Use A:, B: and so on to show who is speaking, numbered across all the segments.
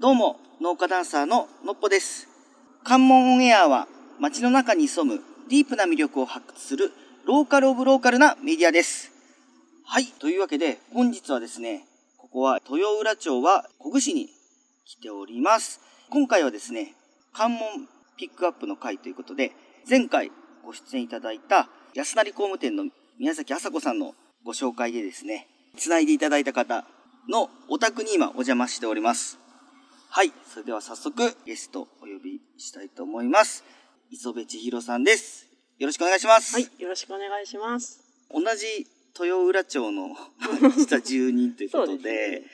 A: どうも、農家ダンサーののっぽです。関門オンエアは街の中に潜むディープな魅力を発掘するローカルオブローカルなメディアです。はい、というわけで本日はですね、ここは豊浦町は小串に来ております。今回はですね、関門ピックアップの会ということで、前回ご出演いただいた安成工務店の宮崎麻子さんのご紹介でですね、つないでいただいた方のお宅に今お邪魔しております。はい、それでは早速ゲストお呼びしたいと思います。磯部千尋さんです。よろしくお願いします。
B: はい、よろしくお願いします。
A: 同じ豊浦町 の実は住人ということで
B: そうですね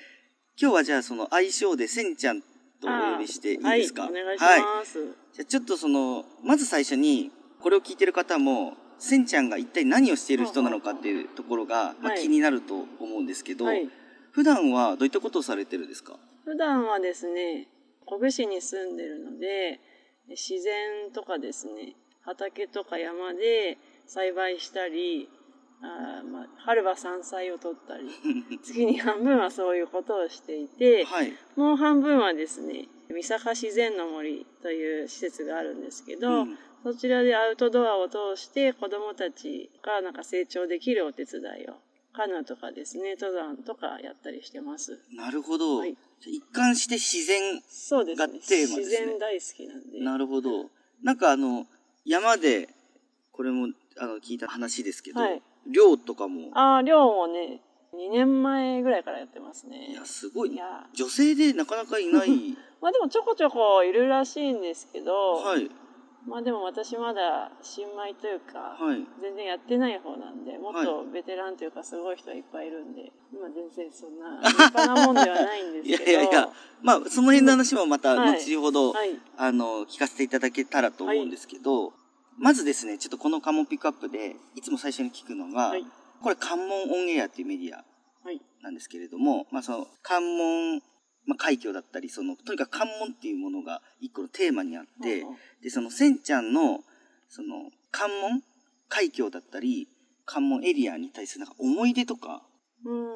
A: 今日はじゃあその愛称でせんちゃんとお呼びしていいですか
B: はい、お願いし
A: はい
B: ます。
A: じゃあちょっとそのまず最初にこれを聞いてる方もせんちゃんが一体何をしている人なのかっていうところが、まあ、
B: はい
A: 気になると思うんですけど、
B: はい、
A: 普段はどういったことをされてるんですか
B: 普段はですね、小串に住んでるので、自然とかですね、畑とか山で栽培したり、あーまあ、春は山菜を取っ たり、月に半分はそういうことをしていて、
A: はい
B: もう半分はですね、三坂自然の森という施設があるんですけど、
A: うん
B: そちらでアウトドアを通して子供たちがなんか成長できるお手伝いを、カヌーとかですね、登山とかやったりしてます。
A: なるほど、
B: はい
A: じゃあ一貫して自然
B: そうです
A: が
B: ね。
A: テーマですね
B: 自然大好きなんで。
A: なるほどなんかあの山でこれもあの聞いた話ですけど、
B: はい
A: 漁とかも
B: ああ、寮もね、2年前ぐらいからやってますね。
A: いやすごい
B: いや
A: 女性でなかなかいない
B: まあでもちょこちょこいるらしいんですけど、
A: はい
B: まあでも私まだ新米というか、
A: はい
B: 全然やってない方なんでもっ
A: は
B: とベテランというかすごい人はいっぱいいるんで、今全然そんな立派なもんではないんですけど
A: いやいやいやまあその辺の話もまた
B: はい
A: 後ほど、
B: はい
A: あの聞かせていただけたらと思うんですけど、まずですねちょっとこの「関門ピックアップ」でいつも最初に聞くのが、
B: はい
A: これ「関門オンエア」っていうメディア
B: はい
A: なんですけれども、まあ、その関門、まあ、海峡だったりそのとにかく関門っていうものが一個のテーマにあって、
B: ほうほ
A: でそのせんちゃんのその関門海峡だったり関門エリアに対するなんか思い出とか
B: ううーん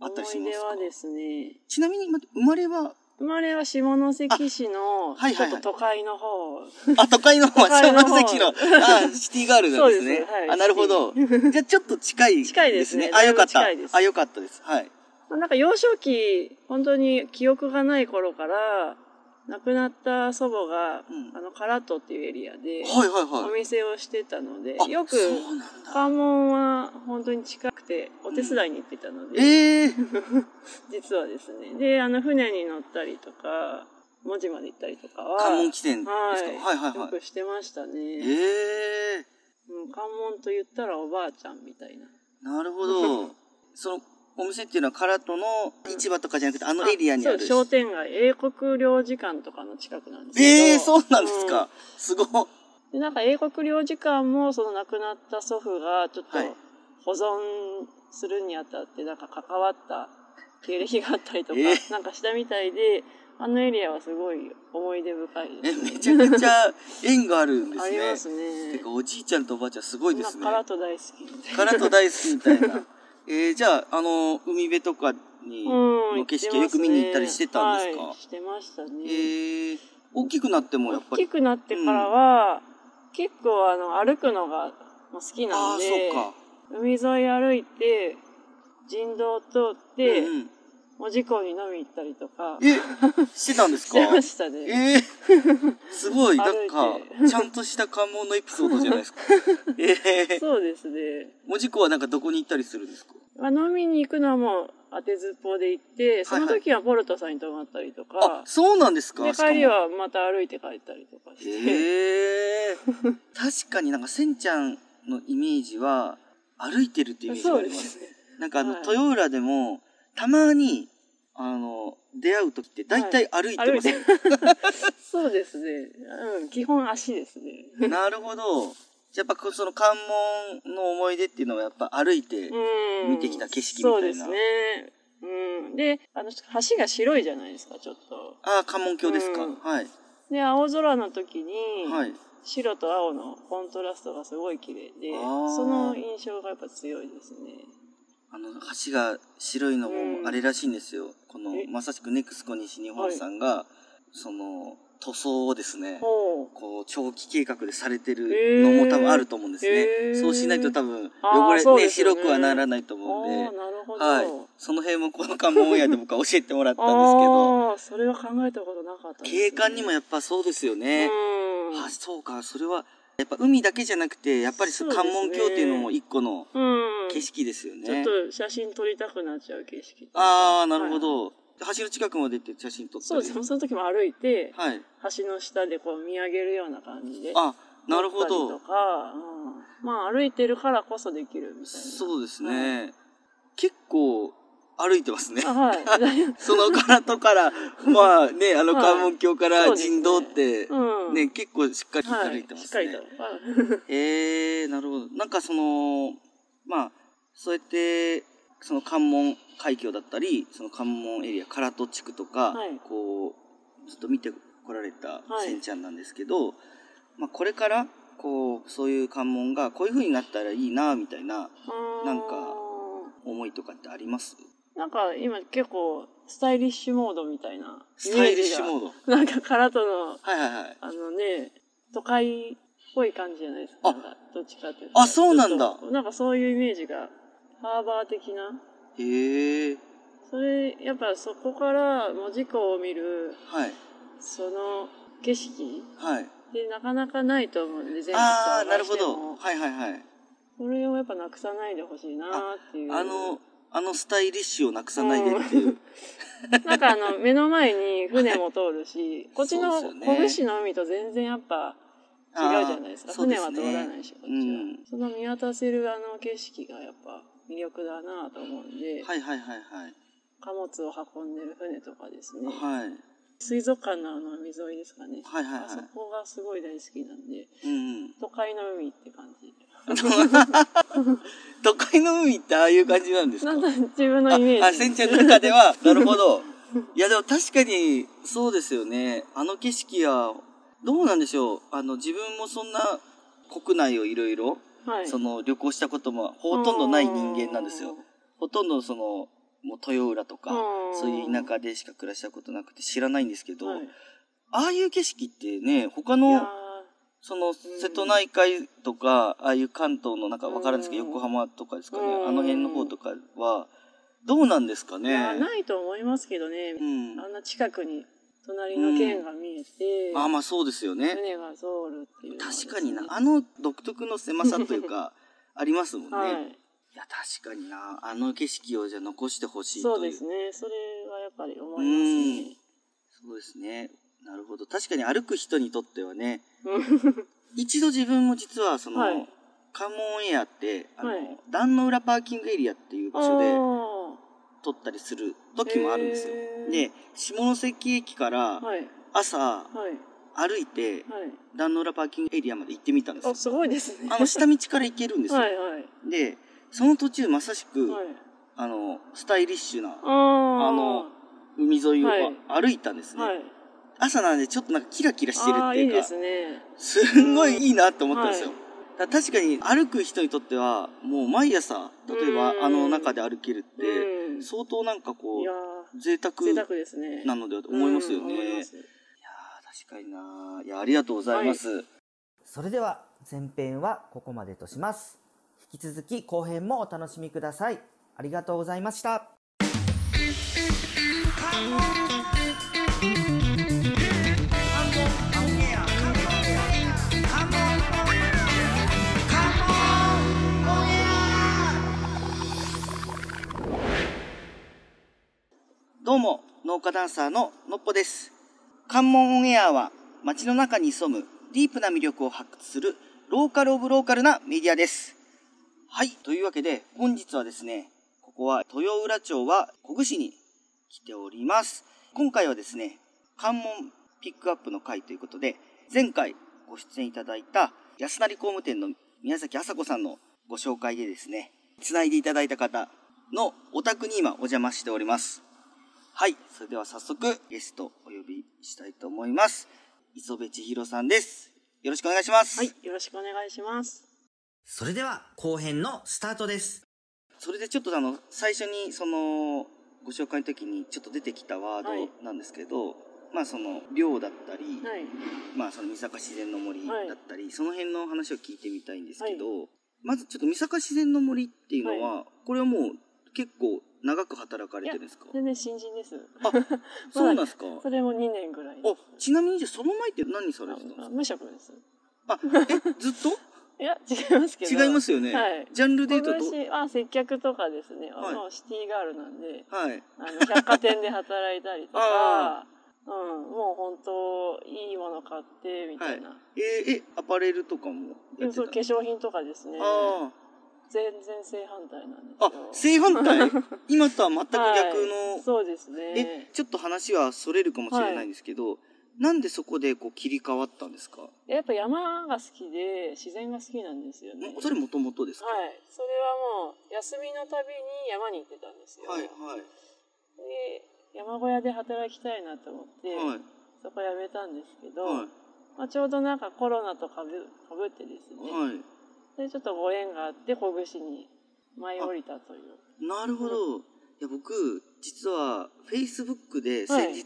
A: あったりし
B: 思
A: ま
B: い
A: す
B: 出
A: か
B: はですね
A: ちなみに待って生まれは
B: 生まれは下関市の
A: あはい
B: ち
A: は
B: ょ
A: い
B: っ
A: はい
B: と都会の方、
A: あ都会の方は
B: 都会
A: 下
B: の方
A: 関のあシティガールなんですね
B: そうですはい
A: あなるほどじゃあちょっと近い
B: 近いですね
A: あよかった
B: だいぶ近いです
A: あよかったですはい
B: なんか幼少期本当に記憶がない頃から亡くなった祖母が、
A: うん
B: あのカラットっていうエリアで
A: はいはい
B: お
A: は
B: 店をしてたの
A: い
B: で、
A: あ
B: よく
A: そうなんだ
B: 関門は本当に近くてお手伝いに行ってたので、
A: ええー、
B: 実はですねであの船に乗ったりとか門司まで行ったりとかは
A: 関門起点ですか
B: はい
A: はいはいは
B: よ
A: い
B: くしてましたね、
A: ええ
B: うん、関門と言ったらおばあちゃんみたいな
A: ー、なるほどそのお店っていうのは唐戸の市場とかじゃなくてあのエリアにあ
B: そう
A: る
B: です商店街英国領事館とかの近くなんですけど
A: ええー、そうなんですか、、すごっ
B: うんでなんか英国領事館もその亡くなった祖父がちょっと
A: はい
B: 保存するにあたってなんか関わった経歴があったりとか、
A: え
B: なんかしたみたいであのエリアはすごい思い出深いで
A: え
B: す、ね、
A: めちゃくちゃ縁があるんですね。
B: ありますね
A: てかおじいちゃんとおばあちゃんすごいですね
B: 今。カラト大好きみたい
A: カラト大好きみたいな。えー、じゃああの海辺とかに
B: うん
A: の景色よく見に行ったりしてたんですか
B: はい、してましたね、
A: えー、大きくなってもやっぱ
B: 大き
A: り
B: くなってからは、結構あの歩くのがまあ好きな
A: ああ
B: んで
A: そうか。
B: 海沿い歩いて人道通って、
A: うんうん、
B: お時効に飲み行ったりとか
A: えしてたんです
B: し
A: か。
B: てましたね。
A: えー、すごいなんか
B: 歩いて
A: ちゃんとした関門のエピソードじゃないですか。 えー、
B: そうですね。
A: 文字庫はなんかどこに行ったりするんですか。
B: まあ、飲みに行くのはもう当てずっぽうで行って、その時はボルトさんに泊まったりとか、
A: あそうなんですか。
B: で
A: しかも
B: 帰りはまた歩いて帰ったりとかして、
A: へえ確かになんかせんちゃんのイメージは歩いてるっていうイメージが
B: そ
A: あ
B: う
A: り
B: で
A: ます
B: すね。
A: なんかあの、
B: はい
A: 豊浦でもたまにあの出会う時って大体歩いて
B: 歩
A: ます、
B: いてそうですね。うん、基本足ですね。
A: なるほどやっぱこうその関門の思い出っていうのはやっぱ歩いて、
B: うん。
A: 見てきた景色みたいな
B: そうですね。うん。で、あの、橋が白いじゃないですか、ちょっと。
A: ああ関門橋ですか、
B: うん
A: はい
B: で、青空の時に、
A: はい
B: 白と青のコントラストがすごい綺麗で
A: あー
B: その印象がやっぱ強いですね
A: あの、橋が白いの
B: う
A: も
B: ん
A: あれらしいんですよ。この
B: え、
A: まさしくネクスコ西日本さんが、その、塗装をですね、
B: ほう。
A: こう、長期計画でされてるのも多分あると思うんですね。
B: へー
A: そうしないと多分、
B: あー
A: 汚れ、
B: そう
A: ね、
B: ですよ
A: 白く
B: ね
A: はならないと
B: ああ
A: 思うんで
B: ー、、なるほど。
A: はい。その辺もこの関門オンエアで僕は教えてもらったんですけど、
B: ああ、それは考えたことなかったです、
A: 景観にもやっぱそうですよね。
B: うん。
A: あそうかそれはやっぱ海だけじゃなくてやっぱりその
B: そう
A: 関
B: ですね
A: 門橋っていうのも一個の
B: うん。
A: 景色ですよね、
B: ちょっと写真撮りたくなっちゃう景色。
A: ああなるほど、橋の近くまで行って写真撮った
B: そう
A: り
B: です。その時も歩いて、
A: はい
B: 橋の下でこう見上げるような感じで。
A: あなるほ
B: 撮ったり
A: ど
B: とか、うん、まあ歩いてるからこそできるみたいな。
A: そうですね、結構歩いてます ね
B: あはい。
A: そのからとからまあねあの
B: はい
A: 関門橋か
B: そう
A: ら
B: ですね
A: 人道って、
B: うん。
A: ね、結構しっかり
B: は
A: 歩
B: い、
A: いてますね、
B: しっかりと。
A: えー、なるほど。なんかその、まあ、そうやって、その関門海峡だったり、その関門エリア、唐戸地区とか、
B: はい
A: こう、ずっと見てこられた
B: はい
A: せんちゃんなんですけど、まあこれから、こう、そういう関門がこういう風になったらいいな、みたいな
B: うん
A: なんか思いとかってあります
B: なんか今結構スタイリッシュモードみたいな
A: スタイリッシュモード。
B: ドなんか空と
A: は
B: の
A: いはいはい。
B: あのね都会っぽい感じじゃないですか
A: あ
B: なんかどっちかっていう
A: あそうなんだ
B: ちょっとなんかそういうイメージがハーバー的な
A: へえー、
B: それやっぱそこから文字港を見る
A: はい、
B: その景色
A: はい。
B: でなかなかないと思うんで全部
A: ああ
B: 探
A: ー、なる
B: し
A: ほ
B: て
A: ど。
B: も
A: はいはいはい。
B: それをやっぱなくさないでほしいなっていう
A: あの、あのスタイリッシュをなくさないでっていう。
B: なんかあの目の前に船も通 るし、こっちの
A: そうですよね
B: 小串の海と全然やっぱ違うじゃないですか。
A: あーそうで
B: 船
A: す
B: は
A: ね
B: 通らないし、こっちは、
A: うん
B: その見渡せるあの景色がやっぱ魅力だなと思うんで、
A: はいはいはいはい。
B: 貨物を運んでる船とかですね、
A: はい。
B: 水族館のあの海沿いですかね。
A: はいはいは
B: あそこがすごい大好きなんで、
A: い。うん、うん。
B: 都会の海って感じ。
A: 都会の海ってああいう感じなんですか
B: なんか自分のイメージ。
A: あ、あせんちゃんの中では、なるほど。いやでも確かに、そうですよね。あの景色は、どうなんでしょう。あの、自分もそんな国内をいろいろ、
B: はい、
A: その旅行したこともほとんどない人間なんですよ。ほとんどその、もう豊浦と
B: う
A: か、
B: ん。
A: そういう田舎でしか暮らしたことなくて知らないんですけど、
B: はい
A: ああいう景色ってね、他
B: い
A: の
B: やー
A: その瀬戸内海とか、ああいう関東の中分からんですけど、
B: うん
A: 横浜とかですかね、
B: うん
A: あの辺の方とかはどうなんですか
B: いや
A: ね。
B: ないと思いますけどね、
A: うん、
B: あんな近くに隣の県が見えて、
A: あまあそうですよね。
B: 船がゾールっていうのがです
A: 確
B: ね、
A: かにな、あの独特の狭さというかありますもんね。
B: はい
A: い、や確かになあの景色をじゃあ残してほしいという
B: そうですねそれはやっぱり思いますね
A: そうですね。なるほど確かに歩く人にとってはね
B: うん
A: 一度自分も実はその、
B: はい
A: 関門オンエアってあの、
B: はい
A: 壇の浦パーキングエリアっていう場所で。撮ったりする時もあるんですよ。
B: へー
A: で下関駅から
B: はいはい
A: 朝
B: は
A: 歩いて
B: い
A: 壇ノ浦パーキングエリアまで行ってみたんです
B: あ
A: よ。
B: すごいですね
A: あの下道から行けるんですよ。
B: はいはい
A: でその途中まさしく、
B: はい
A: あのスタイリッシュな
B: あー
A: あの海沿いを
B: はい
A: 歩いたんですね、
B: はい
A: 朝なんでちょっとなんかキラキラしてる
B: あ
A: っ
B: ー
A: て
B: い
A: い
B: いう
A: か
B: ですね
A: すんごいいいなって思ったんですよ。
B: はい
A: だから確かに歩く人にとってはもう毎朝例えば
B: うん
A: あの中で歩けるって
B: うん
A: 相当なんかこ
B: いや
A: う贅
B: ー贅
A: 沢
B: 沢ですね
A: なのではと思いますよね。
B: うん思い
A: いや
B: ま
A: ー
B: す
A: 確かにないやありがとうございます、
C: それでは前編はここまでとします。引き続き後編もお楽しみください。ありがとうございました。
A: どうも農家ダンサーののっぽです関門オンエアは街の中に潜むディープな魅力を発掘するローカルオブローカルなメディアですはいというわけで本日はですねここは豊浦町は小串に来ております今回はですね関門ピックアップの会ということで前回ご出演いただいた安成工務店の宮崎麻子さんのご紹介でですねつないでいただいた方のお宅に今お邪魔しておりますはい、それでは早速ゲストお呼びしたいと思います。磯部千尋さんです。よろしくお願いします。
B: はい、よろしくお願いします
C: それでは後編のスタートです。
A: それでちょっとあの最初にそのご紹介の時にちょっと出てきたワー
B: はい
A: ドなんですけど、まあその漁だったり、
B: はい。
A: まあその三坂自然の森だ
B: はい
A: ったり、その辺の話を聞いてみたいんですけど、まずちょっと三坂自然の森っていうのは、これはもう結構長く働かれてるんですか
B: 全然新人です。
A: そうなんですか
B: それも2年ぐらい。
A: おちなみにじゃあその前って何されてたんです
B: あ
A: か
B: 無職です。
A: あえずっ
B: いや、違いますけど。
A: と違いますよね、
B: はい
A: ジャンルで言うとど
B: 私は接客とかですね、
A: はい
B: もうシティガールなんで
A: はい
B: あの百貨店で働いたりと
A: あ
B: か、うん、もう本当いいもの買ってみたいな、
A: えーえアパレルとかもやってた
B: そう化粧品とかですね
A: ああ
B: 全然正反対なんですよ
A: あ、正反 対今とは全く逆の、
B: はいそうですね
A: えちょっと話はそれるかもしれないんですけど、なんでそこでこう切り替わったんですか、
B: やっぱ山が好きで自然が好きなんですよね
A: もそれもともとですか、
B: はいそれはもう休みのたびに山に行ってたんですよ、
A: はい
B: で山小屋で働きたいなと思って、
A: はいはい
B: そこ辞めたんですけど、
A: はい
B: まあ、ちょうどなんかコロナとかぶかぶってですね、
A: はい
B: でちょっとご縁があってほぐしに舞い降りたという
A: なるほど、いや僕実はフェイスブックで先日、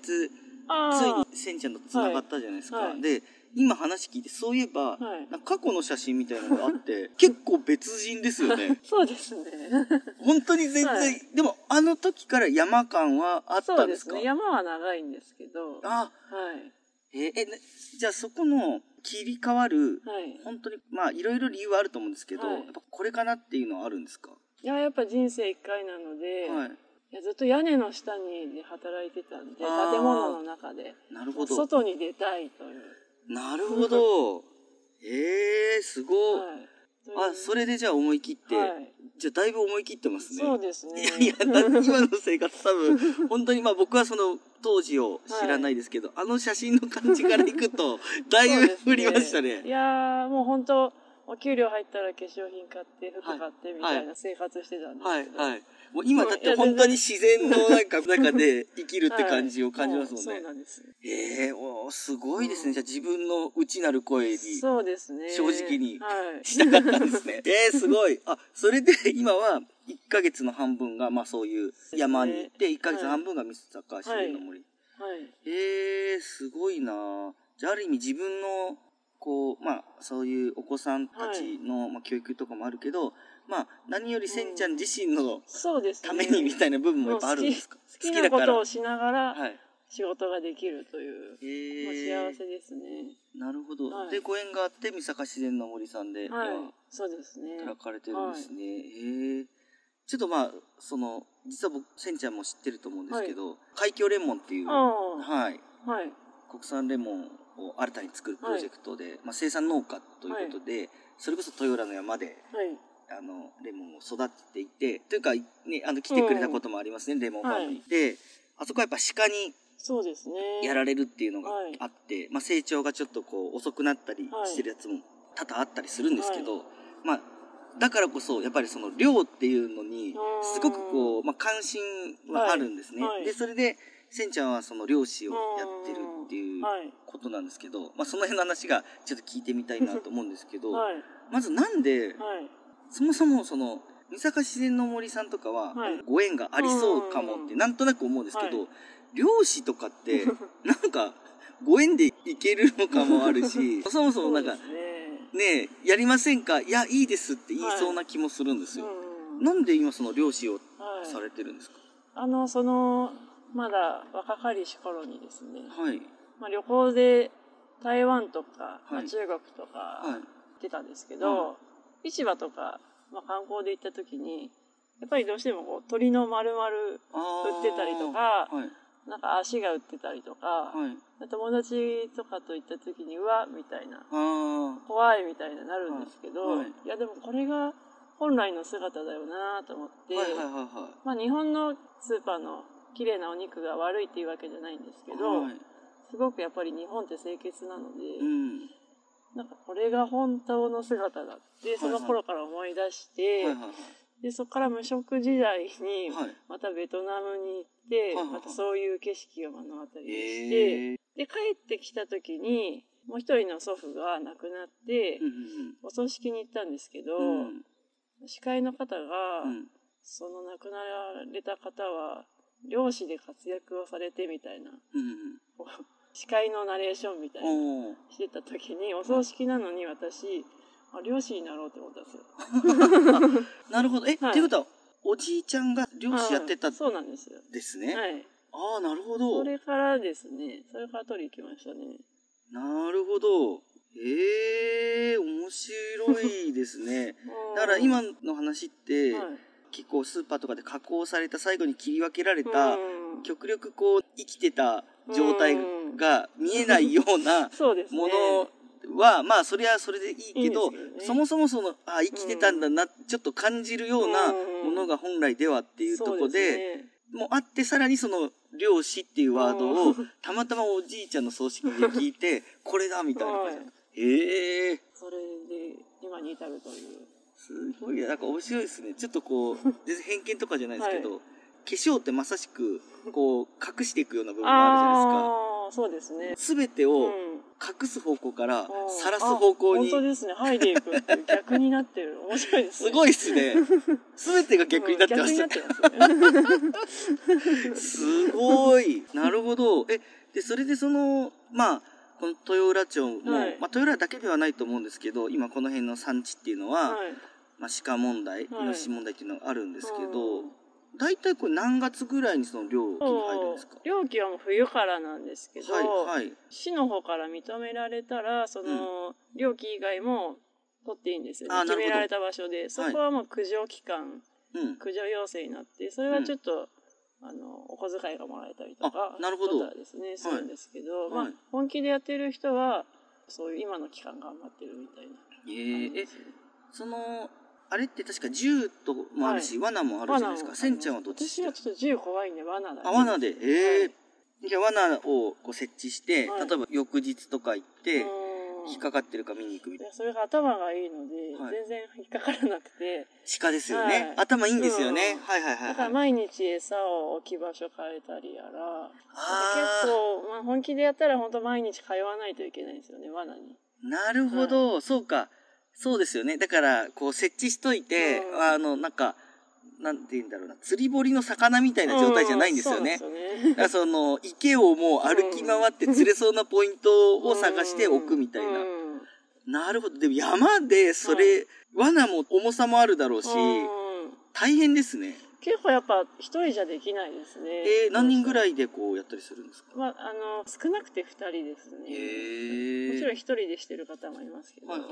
B: ああ
A: ついにせんちゃんとつながったじゃないですか、
B: はいはい
A: で今話聞いてそういえば、
B: はい
A: なんか過去の写真みたいなのがあって 結構別人ですよね
B: そうです ね
A: 本当に全然、
B: はい
A: でもあの時から山感はあった
B: そ
A: ん
B: う
A: で
B: ですす
A: か
B: ね山は長いんですけどはい
A: あえーえなじゃあそこの切り替わる
B: はい
A: 本当にまあいろいろ理由はあると思うんですけど、
B: はい
A: やっぱこれかなっていうのはあるんですか、
B: いややっぱ人生一回なので、、
A: はいい
B: やずっと屋根の下に、ね、働いてたんで
A: あー
B: 建物の中で
A: なるほど
B: 外に出たいという、
A: なるほどえー、すごい、
B: はい、という
A: あそれでじゃあ思い切って、
B: はい、
A: じゃあだいぶ思い切ってますね
B: そうですね
A: いやいやだ今の生活多 分本当にまあ僕はその当時を知らないですけど、あの写真の感じからいくとだいぶ
B: そう
A: 振
B: で
A: り
B: す
A: ましたね
B: いやーもう本当お給料入ったら化粧品買って服買ってみたいな生活してたんです
A: は
B: け
A: い
B: ど、
A: はいもう今だって本当に自然のなん か中で生きるって感じを感じますもんね、
B: はいそうなんです
A: ええおーすごいですね、
B: うん
A: じゃあ自分の内なる声に従
B: そうですね
A: 正直に
B: はい
A: ったんです ねえー、すごいあそれで今は1ヶ月の半分がまあそういう山に行って1ヶ月の半分が三坂自然の森、
B: はい
A: ええすごいなあじゃあある意味自分のこうまあそういうお子さんたちの、まあ、教育とかもあるけどまあ何よりせんちゃん自身の
B: そうですね
A: ためにみたいな部分もやっぱあるんですか、
B: 好きなこ
A: だ
B: とをしながら
A: はい
B: 仕事ができるという、
A: え
B: まあ
A: ー
B: 幸せですね
A: なるほど、
B: はい
A: でご縁があって三坂自然の森さんで、
B: はい
A: 今
B: そうですね
A: 働かれてるんですね、へえちょっとまあその実は僕せんちゃんも知ってると思うんですけど、海峡レモンっていう、
B: あ
A: はい、
B: あはい
A: 国産レモンを新たに作るプロジェクトで、まあ、生産農家ということで、それこそ豊浦の山で
B: はい
A: あのレモンを育てていてというか、ね、あの来てくれたこともありますね、レモンファームに、
B: は
A: であそこはやっぱ鹿に
B: そうですね
A: やられるっていうのが
B: はい
A: あって、まあ、成長がちょっとこう遅くなったり
B: はい
A: してるやつも多々あったりするんですけど、まあだからこそやっぱりその量っていうのに
B: あー
A: すごくこう、まあ、関心はあるんですね。
B: はいはい
A: でそれでせんちゃんはその漁師をやってるっていう
B: はい
A: ことなんですけど、まあ、その辺の話がちょっと聞いてみたいなと思うんですけど、
B: はい
A: まずなんで、
B: はい
A: そもそもその三坂自然の森さんとかは
B: はい
A: ご縁がありそうかもって
B: うん
A: なんとなく思うんですけど、
B: は
A: 漁師とかってなんかご縁でいけるのかもある しそもそもなんか
B: そうですね
A: ねえやりませんかいやいいですって言いそうな気もするんですよ、
B: うん
A: なんで今その漁師を
B: はい
A: されてるんですか
B: あのそのまだ若かりし頃にですね、
A: はい
B: まあ、旅行で台湾とか、ま
A: は
B: あ、
A: い
B: 中国とか
A: はい
B: 行ってたんですけど、市場とか、まあ、観光で行った時にやっぱりどうしてもこう鳥の丸々売
A: 売
B: ってたりとか
A: はい
B: なんか足が売ってたりとか、
A: はい
B: 友達とかと行った時にうわみたいな
A: あ
B: 怖いみたいになるんですけど、
A: はい
B: い
A: はい
B: やでもこれが本来の姿だよなと思っ
A: ー
B: て。
A: はいはいはいは
B: まあ、日本のスーパーの綺麗なお肉が悪いっていうわけじゃないんですけ
A: い
B: ど、
A: はい
B: すごくやっぱり日本って清潔なので、
A: うん
B: なんかこれが本当の姿だってその頃から思い出して、
A: はいはいは
B: でそこから無職時代に
A: いはい
B: またベトナムに行って、
A: はいはい
B: またそういう景色を目の当たりにして、
A: えー
B: で帰ってきた時にもう一人の祖父が亡くなって、
A: うん
B: お葬式に行ったんですけど、
A: うんうん
B: 司会の方が、
A: うん
B: その亡くなられた方は漁師で活躍をされてみたいな
A: うん
B: こう司会のナレーションみたいな
A: おー
B: してた時にお葬式なのに私あ漁師になろうって思ったんですよ。
A: なるほどえ、
B: はい
A: っていうことはおじいちゃんが漁師やってた
B: あ
A: ん
B: そうなんですよ。
A: ですね、
B: はい。
A: ああなるほ
B: そ
A: どな
B: れからですね、それから取り行きましたね。
A: るほどええ面白いですね だから今の話って、
B: はい
A: 結構スーパーとかで加工された最後に切り分けられた、
B: うん
A: 極力こう生きてた状態が見えないような
B: そうです ね。
A: ものは、まあそれはそれでいいけど
B: いいですけどね
A: そもそもそのあ生きてたんだな、ちょっと感じるようなものが本来ではっていうところで,、
B: そうすね
A: もうあってさらにその「漁師」っていうワード
B: う
A: をたまたまおじいちゃんの葬式で聞い てこれだみたいな感じ、
B: はい
A: へえ
B: それで今に至るという。
A: すごいななんか面白いですねちょっとこう全然偏見とかじゃないですけど、
B: は
A: 化粧ってまさしくこう隠していくような部分もあるじゃない
B: あーそうですね
A: で。すか全て
B: う
A: を
B: ん
A: 隠す方向から
B: うん
A: 晒す方向に
B: あ本当ですね。ハイデいくっていう逆になってる。面白いです、ね。
A: すご
B: い
A: いっす ね全てが逆になってましたね、
B: 逆になってますね。
A: すごいなるほどえでそれでそのまあこの豊浦町も、
B: はい
A: まあ、豊浦だけではないと思うんですけど今この辺の産地っていうのは、
B: はい。
A: まあ、鹿問題イ
B: はい
A: ノシシ問題っていうのがあるんですけ
B: う
A: ど
B: ん
A: 大体、これ何月ぐらいにその漁期に入るんですか
B: 漁期はもう冬からなんですけど、
A: はいはい
B: 市の方から認められたらその、漁期以外も取っていいんですよ
A: あ
B: ね
A: ーなる
B: 決
A: ほど
B: められた場所でそこはもう苦情期間、
A: うん
B: 苦情要請になってそれはちょっと、あのお小遣いがもらえたりとか
A: あなるほど
B: 取ったらですねするんですけど、
A: はい
B: まあ、本気でやってる人はそういう今の期間頑張ってるみたいな
A: え
B: 感じ
A: ー、え
B: ですね。
A: そのあれって確か銃ともあるし、罠もあるじゃないです
B: 罠を
A: かせんちゃんはどっち
B: 私はちょっと銃怖いんで罠だけ
A: あ罠でええ
B: は
A: じゃあ罠をこう設置して、
B: はい
A: 例えば翌日とか行って、
B: うん
A: 引っかかってるか見に行くみ
B: い
A: たいな
B: やそれが頭がいいので、
A: はい
B: 全然引っかからなくて
A: 鹿ですよね、
B: はい
A: 頭いいんですよね、
B: うん
A: はいはいはい
B: だから
A: はい
B: 毎日餌を置き場所変えたりやら
A: あ
B: 結構、まあ、本気でやったら本当毎日通わないといけないんですよね罠に
A: ーなるほど、そうかそうですよねだからこう設置しといて、
B: うん
A: あのなんかなんて言うんだろうな釣り堀の魚みたいな状態じゃないんですよね、
B: うんそうなんですよね
A: だからその池をもう歩き回って釣れそうなポイントを探しておくみたいな、
B: うんうん
A: なるほどでも山でそれ、罠も重さもあるだろうし、
B: うん
A: 大変ですね
B: 結構やっぱ一人じゃできないですね
A: えー何人ぐ
B: い
A: らいでこうやったりするんですか
B: まああの少なくて二人です
A: へ
B: ね
A: え
B: もちろん一人でしてる方もいますけど、
A: はいはい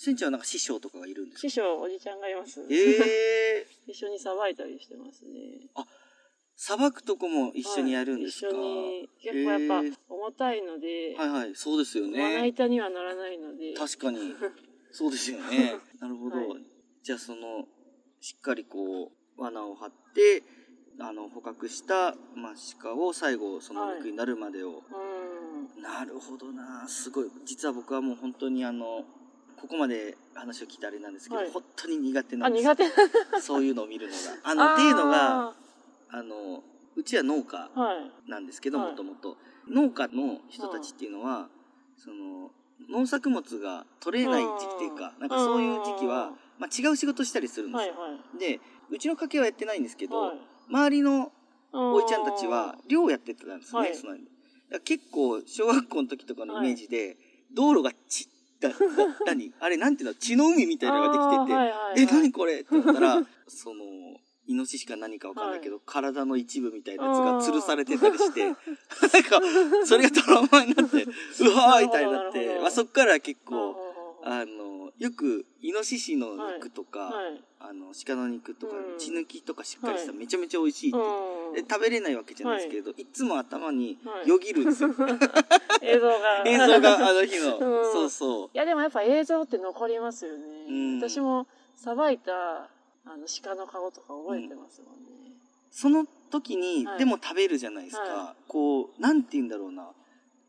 A: 船長はなんか師匠とかがいるんですか
B: 師匠おじちゃんがいます、
A: ええ
B: 一緒にさばいたりしてますね
A: さばくとこも一緒にやるんですか、
B: はい一緒に結構やっ
A: へえ
B: ぱ重たいので、
A: はいはいそうですよ
B: まな
A: ね
B: 板にはならないので
A: 確かにそうですよ ねなるほど、
B: はい
A: じゃあそのしっかりこう罠を張ってあの捕獲したマシカを最後その肉になるまでを、
B: うん
A: なるほどなすごい実は僕はもう本当にあのここまで話を聞いたあれなんですけど、
B: はい
A: 本当に苦手な
B: あ
A: んですよ
B: 苦手な
A: そういうのを見るの があ
B: あ
A: の
B: ー
A: っていうのがあのうちは農家
B: はい
A: なんですけど
B: はい
A: もともと農家の人たちっていうのはその農作物が取れない時期っていうか
B: うん
A: なんかそういう時期は、まあ、違う仕事したりする
B: うんん
A: で
B: は
A: す
B: い
A: よ
B: は。
A: でうちの家系はやってないんですけ
B: い
A: ど、
B: はい
A: 周りのお
B: お
A: いちゃんたちは漁をやってたんですね、
B: はい
A: その間だから結構小学校の時とかのイメージで、道路がちだだ何あれなんていうの血の海みたいなのができてて、
B: はいはい
A: え何これって言ったらそのイノシシか何かわかんないけど、体の一部みたいなやつが吊るされてたりして なんかそれがトラウマにな ってうわーみたいになっ
B: なるほどなるほ
A: て、
B: ど
A: まあ、そっから結
B: こ
A: 構あのよくイノシシの肉とか、
B: はい
A: あの鹿の肉とか
B: うん
A: 血抜きとかしっかりした、
B: はい
A: めちゃめちゃ美味しいって言ってで食べれないわけじゃないですけど、い、つも頭に
B: はい
A: よぎるんですよ、
B: 映像が
A: 映像があの日の、
B: うん
A: そうそう
B: いやでもやっぱ映像って残りますよね、
A: うん
B: 私もさばいたあの鹿の顔とか覚えてますもんね、
A: その時に、
B: はい
A: でも食べるじゃないですか、
B: は
A: こうなんて言うんだろうな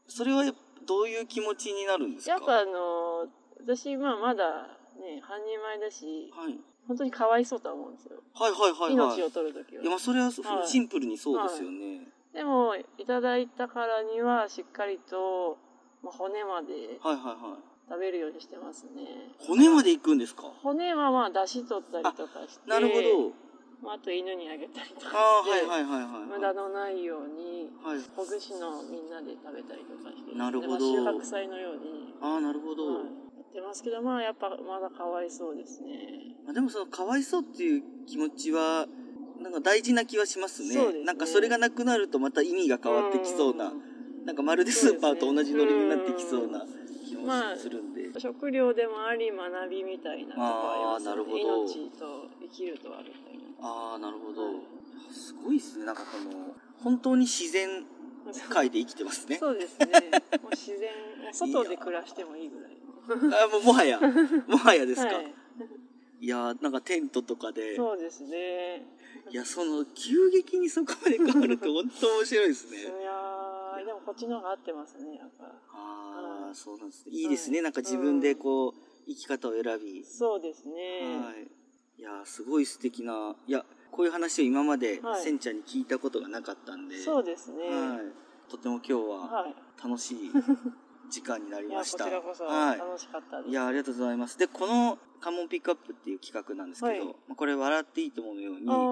A: それはどういう気持ちになるんですか
B: やっぱあの私まあまだね半人前だし
A: はい、
B: 本当にかわいそうとは思うんですよ、
A: はいはいはいはい
B: 命を取る時
A: いやま
B: は
A: あそれはそう
B: はい
A: シンプルにそうですよね、
B: でもいただいたからにはしっかりと、まあ、骨まで
A: はい、はいはい
B: 食べるようにしてますね
A: 骨までいくんですか
B: 骨はまあ出汁取ったりとかして
A: なるほど、
B: まあ、あと犬にあげたりとかして、
A: あーはいはいはいはい
B: 無駄のないように
A: はい
B: ほぐしのみんなで食べたりとかして、
A: なるほど
B: でまあ収穫祭のように、
A: ああなるほど、
B: はいやってますけどまあやっぱまだかわいそうですね。
A: まあ、でもそのかわいそうっていう気持ちはなんか大事な気はしますね
B: そうですね
A: なんかそれがなくなるとまた意味が変わってきそうな、
B: ん
A: なんかまるでスーパーと同じノリになってきそうな気も
B: まあ
A: するんで、
B: 食料でもあり学びみたいなとこあります
A: あーなる
B: よ
A: ほど
B: ね命と生きるとはみたいな
A: ああなるほどすごいですねなんかこの本当に自然界で生きてますね
B: そうですねもう自然外で暮らしてもいいぐらい
A: あもうもは やもはやですか、
B: はいい、、
A: やーなんかテントとかで
B: そうですね
A: いやその急激にそこまで変わると本当面白いですね
B: いやーでもこっちの方が合ってますねやっぱ
A: あ
B: は
A: あ
B: い
A: そうなんですねいいですね、
B: はい
A: なんか自分でこう生き方を選び、
B: そうですね、
A: はいいやーすごい素敵ないやこういう話を今まで
B: はい
A: せんちゃんに聞いたことがなかったんで、
B: そうですね
A: は、
B: はい、
A: とても今日はい楽しい時間になり
B: いや
A: ま
B: こ
A: し
B: ち
A: た。
B: らこそ
A: はい
B: 楽しかったです、
A: いやありがとうございますでこの「関門ピックアップ」っていう企画なんですけど、
B: はい
A: まあこれ「笑っていいと思う」のように
B: あー
A: そ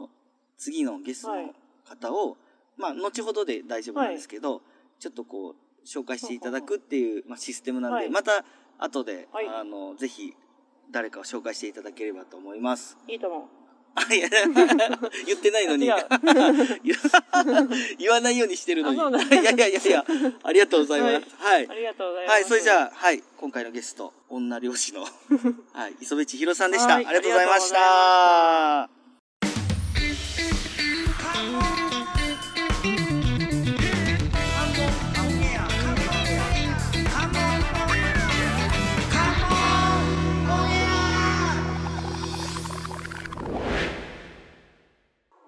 A: の次のゲストの方を、まあ後ほどで大丈夫なんですけど、ちょっとこう紹介していただくっていう、まあ、システムなんで、
B: はい
A: また後で、
B: はい
A: あのぜひ誰かを紹介していただければと思います。
B: いいと思う
A: あいや 言ってないのに
B: 違う
A: 言わないようにしてるのに
B: あそうなん
A: いやいやいやいやありがとうございます。はい
B: ありがとうございます
A: はい、それじゃあ、はい、今回のゲスト、女漁師の、はい、磯部千尋さんでした。あり
B: はい
A: がとうございまし
B: あ
A: た。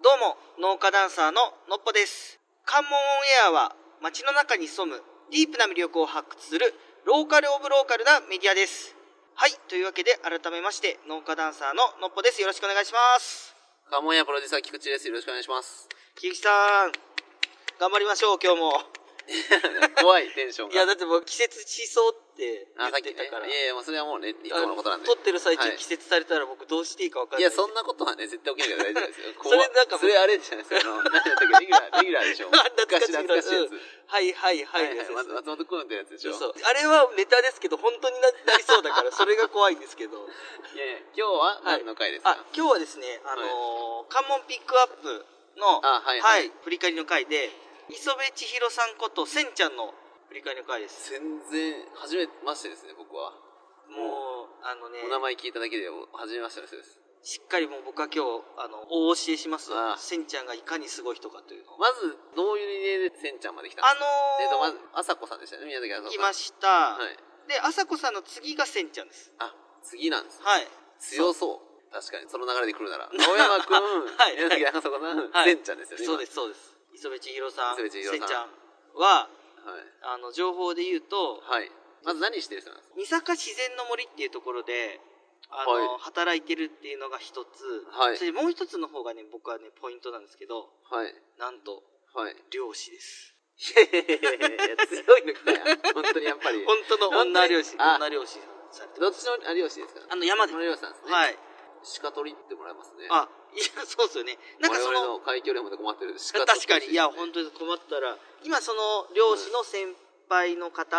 A: どうも、農家ダンサーののっぽです。関門オンエアは街の中に潜むディープな魅力を発掘するローカルオブローカルなメディアです。はい、というわけで改めまして農家ダンサーののっぽです。よろしくお願いします。
D: カモンやプロデューサー菊池です。よろしくお願いし ます。
A: 木口さん、頑張りましょう、今日も。
D: 怖いテンションが。
A: いや、だってもう季節しそうって言
D: あ、さ
A: っ
D: っ
A: て
D: きね。
A: たから。
D: いやいや、もうそれはもうね、いつものことなんで。
A: 撮ってる最中
D: はい
A: 季節されたら僕どうしていいか分かん
D: い
A: ない。
D: や、そんなことはね、絶対起きないから大丈夫ですよ。
A: それなんかもう
D: それあれじゃないですか。あの何だったっけレギュラー、レギュラーでし ょ。
A: 懐かしい
D: 昔懐かしいやつ。
A: はいはいはい。
D: はいはい。松松本君のやつでしょ。
A: そうあれはネタですけど本当にななりそうだ からそれが怖いんですけど
D: いやいや、今日は
A: はい
D: 何の回ですか
A: あ今日はですねあのー関門ピックアップの
D: あはいはい
A: 振り返りの回で磯部千尋さんことせんちゃんの振り返りの回です
D: 全然、初めましてですね、僕は。
A: もうあのね
D: お名前聞いただけで、初めましての人です。
A: しっかりもう僕は今日あのお教えします
D: あ
A: せんちゃんがいかにすごい人かというのを
D: まず、どういう理由でせんちゃんまで来た
A: あ
D: んですかえっと、ま
A: のー
D: ず、あさこさんでしたね、宮崎あさこさん。
A: 来ました、
D: はい。
A: であさこさんの次がせんちゃんです
D: あ、次なんですね
A: はい
D: 強そう確かにその流れで来るなら 青山君
A: はい
D: 宮崎中坂さん
A: はい
D: 善ちゃんですよね
A: そうですすそうです磯部千尋さん
D: 磯部千尋さん
A: せんちゃんは
D: は
A: あの情報で言うと
D: い、はい、まず何してる人なんですか
A: 三坂自然の森っていうところであの、
D: はい
A: 働いてるっていうのが一つ、
D: はい
A: それでもう一つの方がね僕はねポイントなんですけど
D: はい
A: なんと
D: はい
A: 漁師です
D: いやいやいや強いの来たや本当にやっぱり
A: 本当の女漁師
D: あ
A: 女漁師されて
D: ど
A: ま
D: っ
A: す
D: ちの有吉ですか
A: あの山で
D: 有吉さんですね、
A: はい
D: 鹿取りってもらえますね
A: あいやそうですよねなんかそ
D: 我
A: の
D: 々の海峡連盟で困ってる鹿取り
A: 確かにいや本当に困ったら今その漁師の先輩の方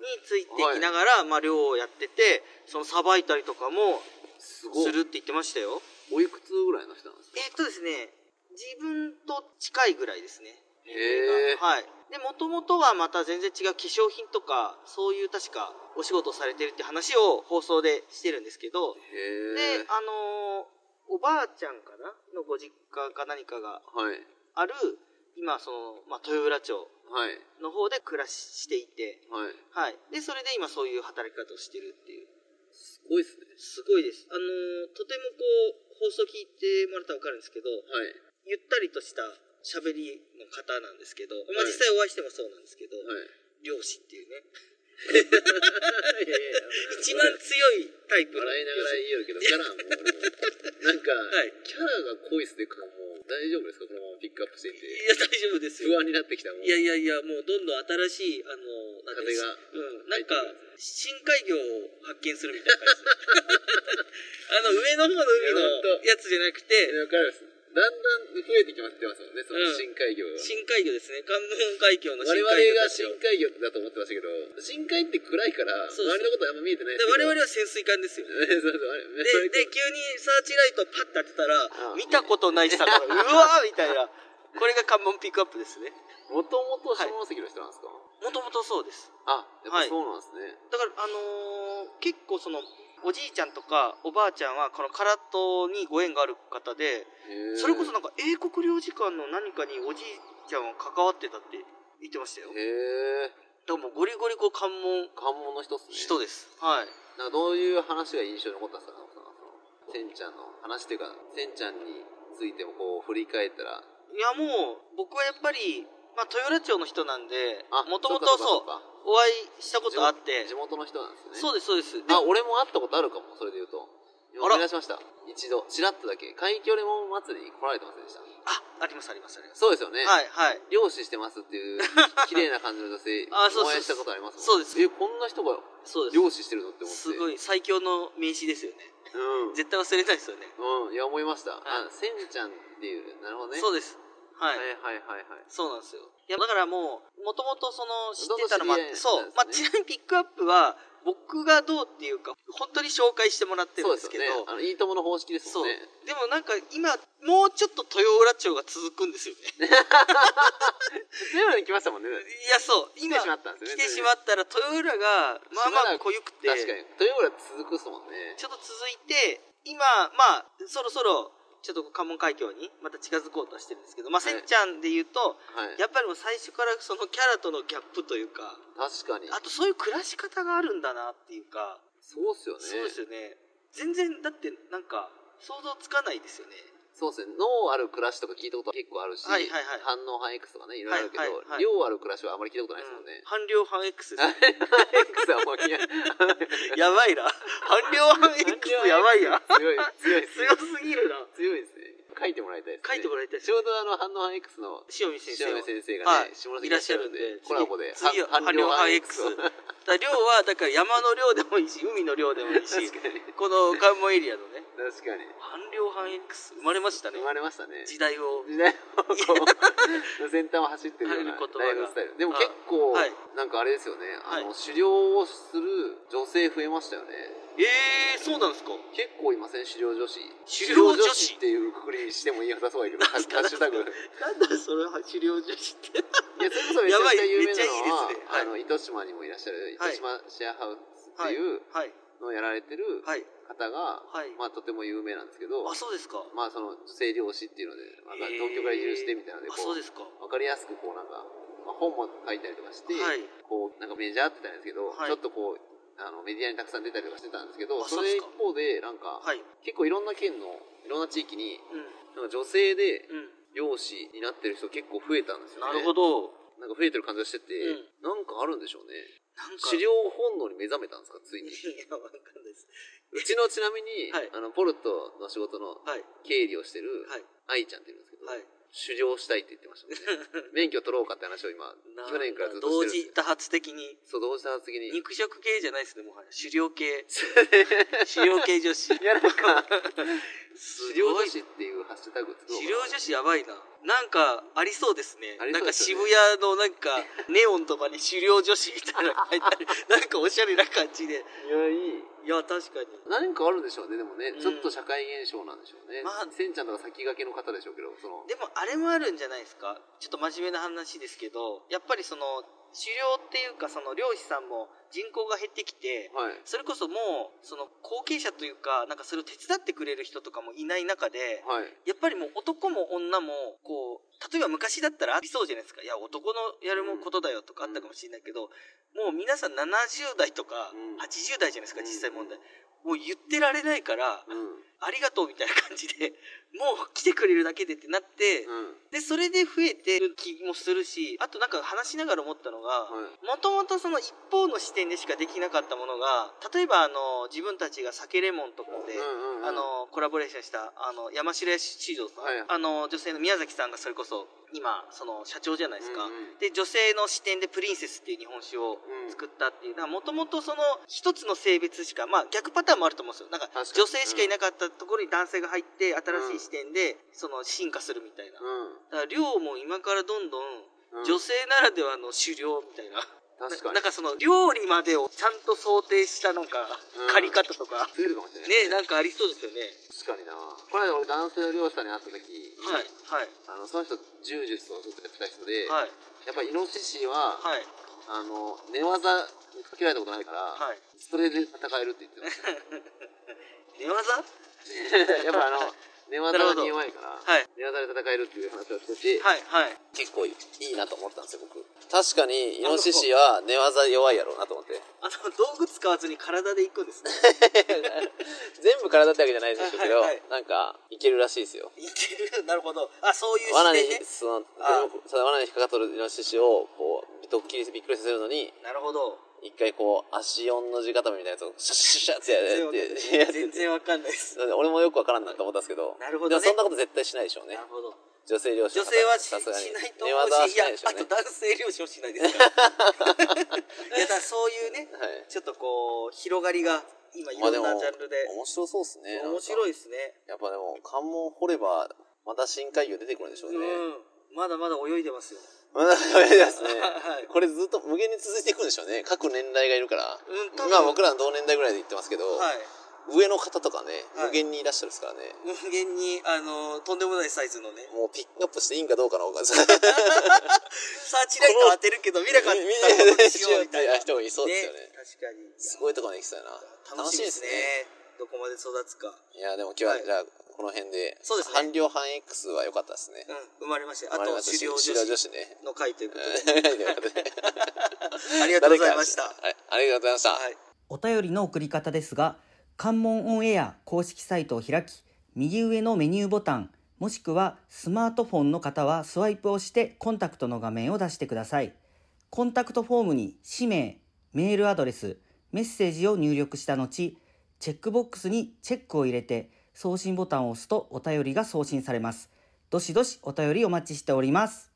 A: についていきながら、まあ、漁をやっててそのさばいたりとかも
D: すごい
A: するって言ってましたよ
D: おいくつぐらいの人なんですか
A: えーっとですね自分と近いぐらいですね
D: へえ
A: はいでもともとはまた全然違う化粧品とかそういう確かお仕事をされてるって話を放送でしてるんですけどで
D: へえ
A: あのーおばあちゃんかなのご実家か何かが
D: はい
A: ある今その、まあ、豊浦町
D: はい
A: の方で暮らしていて、
D: は
A: は
D: い
A: い、でそれで今そういう働き方をしてるっていう
D: すごいですね
A: すごいですあのーとてもこう放送聞いてもらったら分かるんですけど
D: はい
A: ゆったりとした喋りの方なんですけど、まあ、
D: はい
A: 実際お会いしてもそうなんですけど、
D: はい
A: 漁師っていうね
D: いやいや
A: 一番強いタイプ
D: 笑いながら言うけど、キャラも俺も、なんか、
A: はい
D: キャラが濃いっすね、もう。大丈夫ですかこのままピックアップしてい
A: い
D: て。
A: や大丈夫です
D: 不
A: よ
D: 安になってきたもん。
A: いやいやいやもうどんどん新しいあのなんていうんです
D: 風が
A: うん、なんか深海魚を発見するみたいな感じ あの上の方の海のやつじゃなくて
D: わかります。だんだん増えてきまってますもんね、その
A: うん
D: 深海魚が。
A: 深海魚ですね関門海峡の
D: 我
A: 深海魚
D: 々
A: で
D: が
A: す
D: 深
A: よ
D: 海魚だと思ってましたけど、深海って暗いから、周
A: そうそう
D: りのことあんま見えてない
A: で我々
D: は、
A: は潜水艦ですよで
D: ね そうそう、あれ
A: で
D: それ
A: 急にサーチライトパッて当てたら
D: ああ
A: 見たことない 魚がうわーみたいなこれが関門ピックアップですね
D: もともと下関の人なんですか、
A: もともとそうです
D: あ、やっぱそうなんですね。
A: だからあのー結構そのおじいちゃんとかおばあちゃんはこの空手にご縁がある方で
D: へー
A: それこそなんか英国領事館の何かにおじいちゃんは関わってたって言ってましたよだか
D: へえ。
A: らもうゴリゴリこう関門
D: 関門の人っすね。
A: 人ですはい
D: なんかどういう話が印象に残ったんですかなんかそのせんちゃんの話っていうかせんちゃんについてもこう振り返ったらあ
A: いやもう僕はやっぱり、まあ、豊浦町の人なんでもともと
D: そ
A: そう
D: か
A: うお会いしたこ
D: そう
A: と
D: か
A: あって
D: 地元地元の人なんですね
A: そう
D: う
A: ですそうですで
D: あ俺も会ったことあるかもそれで言うと今
A: あら
D: 思い出しました一度ちらっとだけ海峡レモン祭りに来られてませんでした
A: あありますありますあります
D: そうですよね、
A: はいはい
D: 漁師してますっ ていう綺麗な感じの女性
A: あそうそう
D: お会いしたことあります
A: そうです
D: えこんな人が
A: そうで
D: 漁師してるのって思って
A: すすご
D: い
A: い最強の名刺ですよね
D: うん
A: 絶対忘れないですよね
D: うん、いや思いました、
A: はい
D: あせんちゃんっていうなるほどね
A: そうですは
D: はい
A: い、
D: はいはいはい
A: そうなんですよいやだからもうもともとその知ってたのもあって
D: どうぞ知り合
A: そう、
D: いなんですね
A: まあ、ちなみにピックアップは僕がどうっていうか本当に紹介してもらってるんですけど
D: そうですよね、あのいいともの方式です
A: そ
D: も
A: うん
D: ね
A: でもなんか今もうちょっと豊浦町が続くんですよね
D: ゼロに来ましたもんね
A: いやそう
D: 来
A: 今
D: てしまったんです
A: 来
D: よね
A: てしまったら豊浦がまあまあ濃ゆくて
D: 確かにというぐらい続くっすもんね
A: ちょっと続いて今まあそろそろちょっと関門海峡にまた近づこうとはしてるんですけど、まあ、
D: は
A: せ
D: い
A: んちゃんで言うと、
D: はい
A: やっぱりもう最初からそのキャラとのギャップというか
D: 確かに
A: あとそういう暮らし方があるんだなっていうか、
D: そうっすよね
A: そうですよね全然だってなんか想像つかないですよね
D: そうっすね脳ある暮らしとか聞いたこと結構あるし、
A: はいはいはい
D: 反応反 X とかねいろいろあるけど、
A: はいはいはい
D: 量ある暮らしはあまり聞いたことないです
A: うん
D: もんね、
A: 半量半 X です
D: 反 X はもうい や
A: やばい な半量半 X やばいや
D: 強い強
A: 強
D: い
A: すぎるな
D: 強いですね書いてもらいたいですね
A: 書いてもらいたいです
D: ちょうどあの反応反 X の
A: 塩見先生
D: 塩
A: は
D: 見先生が
A: は
D: ね、
A: い
D: 下関
A: いらっしゃるんで
D: コラボで
A: 次次は
D: 反
A: 反量反 X
D: を
A: だから量はだから山の量でもいいし海の量でもいいし
D: 確かに
A: この関門エリアのね
D: 確かに
A: 半量半 X 生まれましたね
D: 生まれましたね
A: 時代を
D: 時代を こう先端を走ってるような
A: 入る言葉が
D: ライブスタイルでも結構、
A: はい
D: なんかあれですよねあの、
A: は
D: 狩猟をする女性増えましたよね
A: えー、そうなんですか
D: 結構いません狩猟女子
A: 狩猟女子
D: っていうくくりにしてもいいよさそう だけどハッシュハッシュタグいや
A: なんだそれ狩猟女子って
D: それこそめちゃくちゃ
A: やばい
D: 有名なのは
A: めっちゃいいですねはい
D: あの糸島にもいらっしゃる糸
A: はい
D: 島シェアハウスっていう
A: はい
D: のをやられてる
A: はい
D: 方が、
A: はい
D: まあ、とても有名なんですけど
A: あそうですか
D: まあその女性漁師っていうので、まあ、東京から移住してみたいなので
A: あ
D: こ
A: そう
D: う
A: ですか
D: わかりやすくこうなんか、まあ、本も書いたりとかして、
A: はい
D: こうなんかメジャーって言ったんですけど、
A: はい
D: ちょっとこうあのメディアにたくさん出たりとかしてたんですけど
A: あ
D: そ
A: そうです
D: れ一
A: か
D: 方でなんか、
A: はい
D: 結構いろんな県のいろんな地域に
A: うん
D: なんか女性で
A: うん
D: 漁師になってる人結構増えたんですよ
A: な
D: ね
A: るほど
D: なんか増えてる感じがしてて、
A: うん
D: なんかあるんでしょうね
A: なんか
D: 狩猟本能に目覚めたんですかつい
A: い
D: に
A: やわかんないです
D: うちのちなみに、
A: はい
D: あのポルトの仕事の
A: はい
D: 経理をしてる
A: はい
D: 愛ちゃんっていうんですけど、
A: はい
D: 狩猟したいって言ってましたね 免許取ろうかって話を今
A: なん
D: 去年からずっと
A: 同
D: し
A: 時
D: てるんです
A: 多
D: よ
A: 発的に
D: そう同時多発的に
A: 肉食系じゃないですねもはや狩猟 系狩猟系女子
D: いやなんか
A: す
D: 狩猟
A: ご
D: 女
A: い
D: 子っていうハッシュタグ作ろう
A: 狩猟女子やばいななんかありそうですね
D: あり
A: な
D: そうんで
A: か
D: すよ
A: 渋
D: ね
A: 谷のなんかネオンとかに狩猟女子みたいなの書いてあるなんかおしゃれな感じで
D: いやいい
A: いや確かに
D: 何かあるんでしょうねでもね、
A: うん
D: ちょっと社会現象なんでしょうね、
A: まあ
D: せんちゃんとか先駆けの方でしょうけどその
A: でもあれもあるんじゃないですかちょっと真面目な話ですけどやっぱりその狩猟っていうかその漁師さんも人口が減ってきて
D: はい
A: それこそもうその後継者というかなんかそれを手伝ってくれる人とかもいない中で
D: はい
A: やっぱりもう男も女もこう例えば昔だったらありそうじゃないですかいや男のやるもことだよとかあったかもしれないけど、もう皆さん70代とか
D: うん
A: 80代じゃないですか、
D: うん
A: 実際問題もう言ってられないから、
D: うん
A: ありがとうみたいな感じで、もう来てくれるだけでってなって、
D: うん
A: で、それで増えてる気もするし、あとなんか話しながら思ったのが、
D: はい
A: もともとその一方の視点でしかできなかったものが、例えばあの、自分たちが酒レモンとかで、
D: うんうんうん
A: あのコラボレーションしたあの山城屋市場さん、
D: はい
A: あの女性の宮崎さんがそれこそ今その社長じゃないですか、
D: うんうん
A: で女性の視点で「プリンセス」っていう日本酒を
D: うん
A: 作ったっていうもともとその一つの性別しかまあ逆パターンもあると思うんですよなんか
D: 確かに
A: 女性しかいなかったところに男性が入って新しい視点でその進化するみたいな、
D: う
A: だから量も今からどんどん
D: んうん
A: 女性ならではの狩猟みたいな
D: 確かに
A: なんかその料理までをちゃんと想定したなんか
D: うん
A: 借り方とか、
D: 増えるかもしれない
A: ねなんかありそうですよね
D: 確かになこの間俺男性の漁師さんに会った時、
A: はいはい
D: あのその人柔術をずっとやってた人で、
A: はい
D: やっぱイノシシは、
A: はい
D: あの寝技にかけられたことないから、
A: はい
D: それで戦えるって言ってました
A: 寝技は
D: やっぱあの寝技
A: なるほ
D: が
A: ど
D: 弱いから、
A: はい
D: 寝技で戦えるっていう話をしてて、
A: いはい
D: 結構いいなと思ったんですよ僕確かにイノシシは寝技弱いやろうなと思って
A: あの道具使わずに体で行くんですね
D: 全部体ってわけじゃないでしょうけど、
A: はいはい
D: なんかいけるらしいですよ
A: いけ るなるほどあそういう
D: 罠
A: 視
D: に
A: 点ね
D: その
A: あ
D: その罠に引っかかっとるイノシシをこうドッキリびっくりさせるのに
A: なるほど
D: 一回こう足4の字固めみたいなやつをシャシャシャシャってや
A: 全
D: って
A: 然
D: や
A: わ
D: っ
A: かんない全然わかんな
D: て
A: いです
D: なんで俺もよくわからんなと思ったんですけど
A: なるほどね
D: でもそんなこと絶対しないでしょうね
A: なるほど
D: 女性漁師
A: 女
D: の
A: 性
D: 方
A: はしし
D: さすがに
A: ないと
D: 寝
A: 思
D: 技
A: う
D: は
A: し
D: し
A: いや
D: ないでしょ
A: あ
D: うね
A: と男性漁師もしないですからい やだからそういうね
D: はい
A: ちょっとこう広がりが今い
D: ま
A: ろ
D: あで
A: ん
D: も
A: なジャンルで
D: 面白そうですね
A: 面白
D: い
A: いですね
D: やっぱでも関門掘ればまた深海魚出てくるんでしょうね
A: うんまだまだ泳いでますよ
D: まだ早いですね
A: はい
D: これずっと無限に続いていくんでしょうね各年代がいるから
A: うん多分
D: 今僕らの同年代ぐらいで言ってますけど
A: はい
D: 上の方とかね
A: はい
D: 無限にいらっしゃるですからね
A: 無限にあのとんでもないサイズのね
D: もうピックアップしていいんかどうかの方が
A: サーチライト当てるけど見なかったことにしようみたいな
D: 見なかった人いそうですよね
A: 確かに
D: すごいとこまで来たよな
A: 楽しいですねどこまで育つか、
D: いやでも今日は、
A: はい
D: じゃあこの辺で
A: そうですね
D: 半量半 X は良かったですね
A: う、ん、生まれましたあと
D: 我々
A: 狩猟女
D: 狩猟女
A: 子
D: 子ね
A: の会ということで、
D: うんということで
A: ありがとうございました
D: 誰かはい、ありがとうございました、
A: はい
C: お便りの送り方ですが、関門オンエア公式サイトを開き、右上のメニューボタン、もしくはスマートフォンの方はスワイプをしてコンタクトの画面を出してください。コンタクトフォームに氏名、メールアドレス、メッセージを入力した後、チェックボックスにチェックを入れて送信ボタンを押すとお便りが送信されます。どしどしお便りお待ちしております。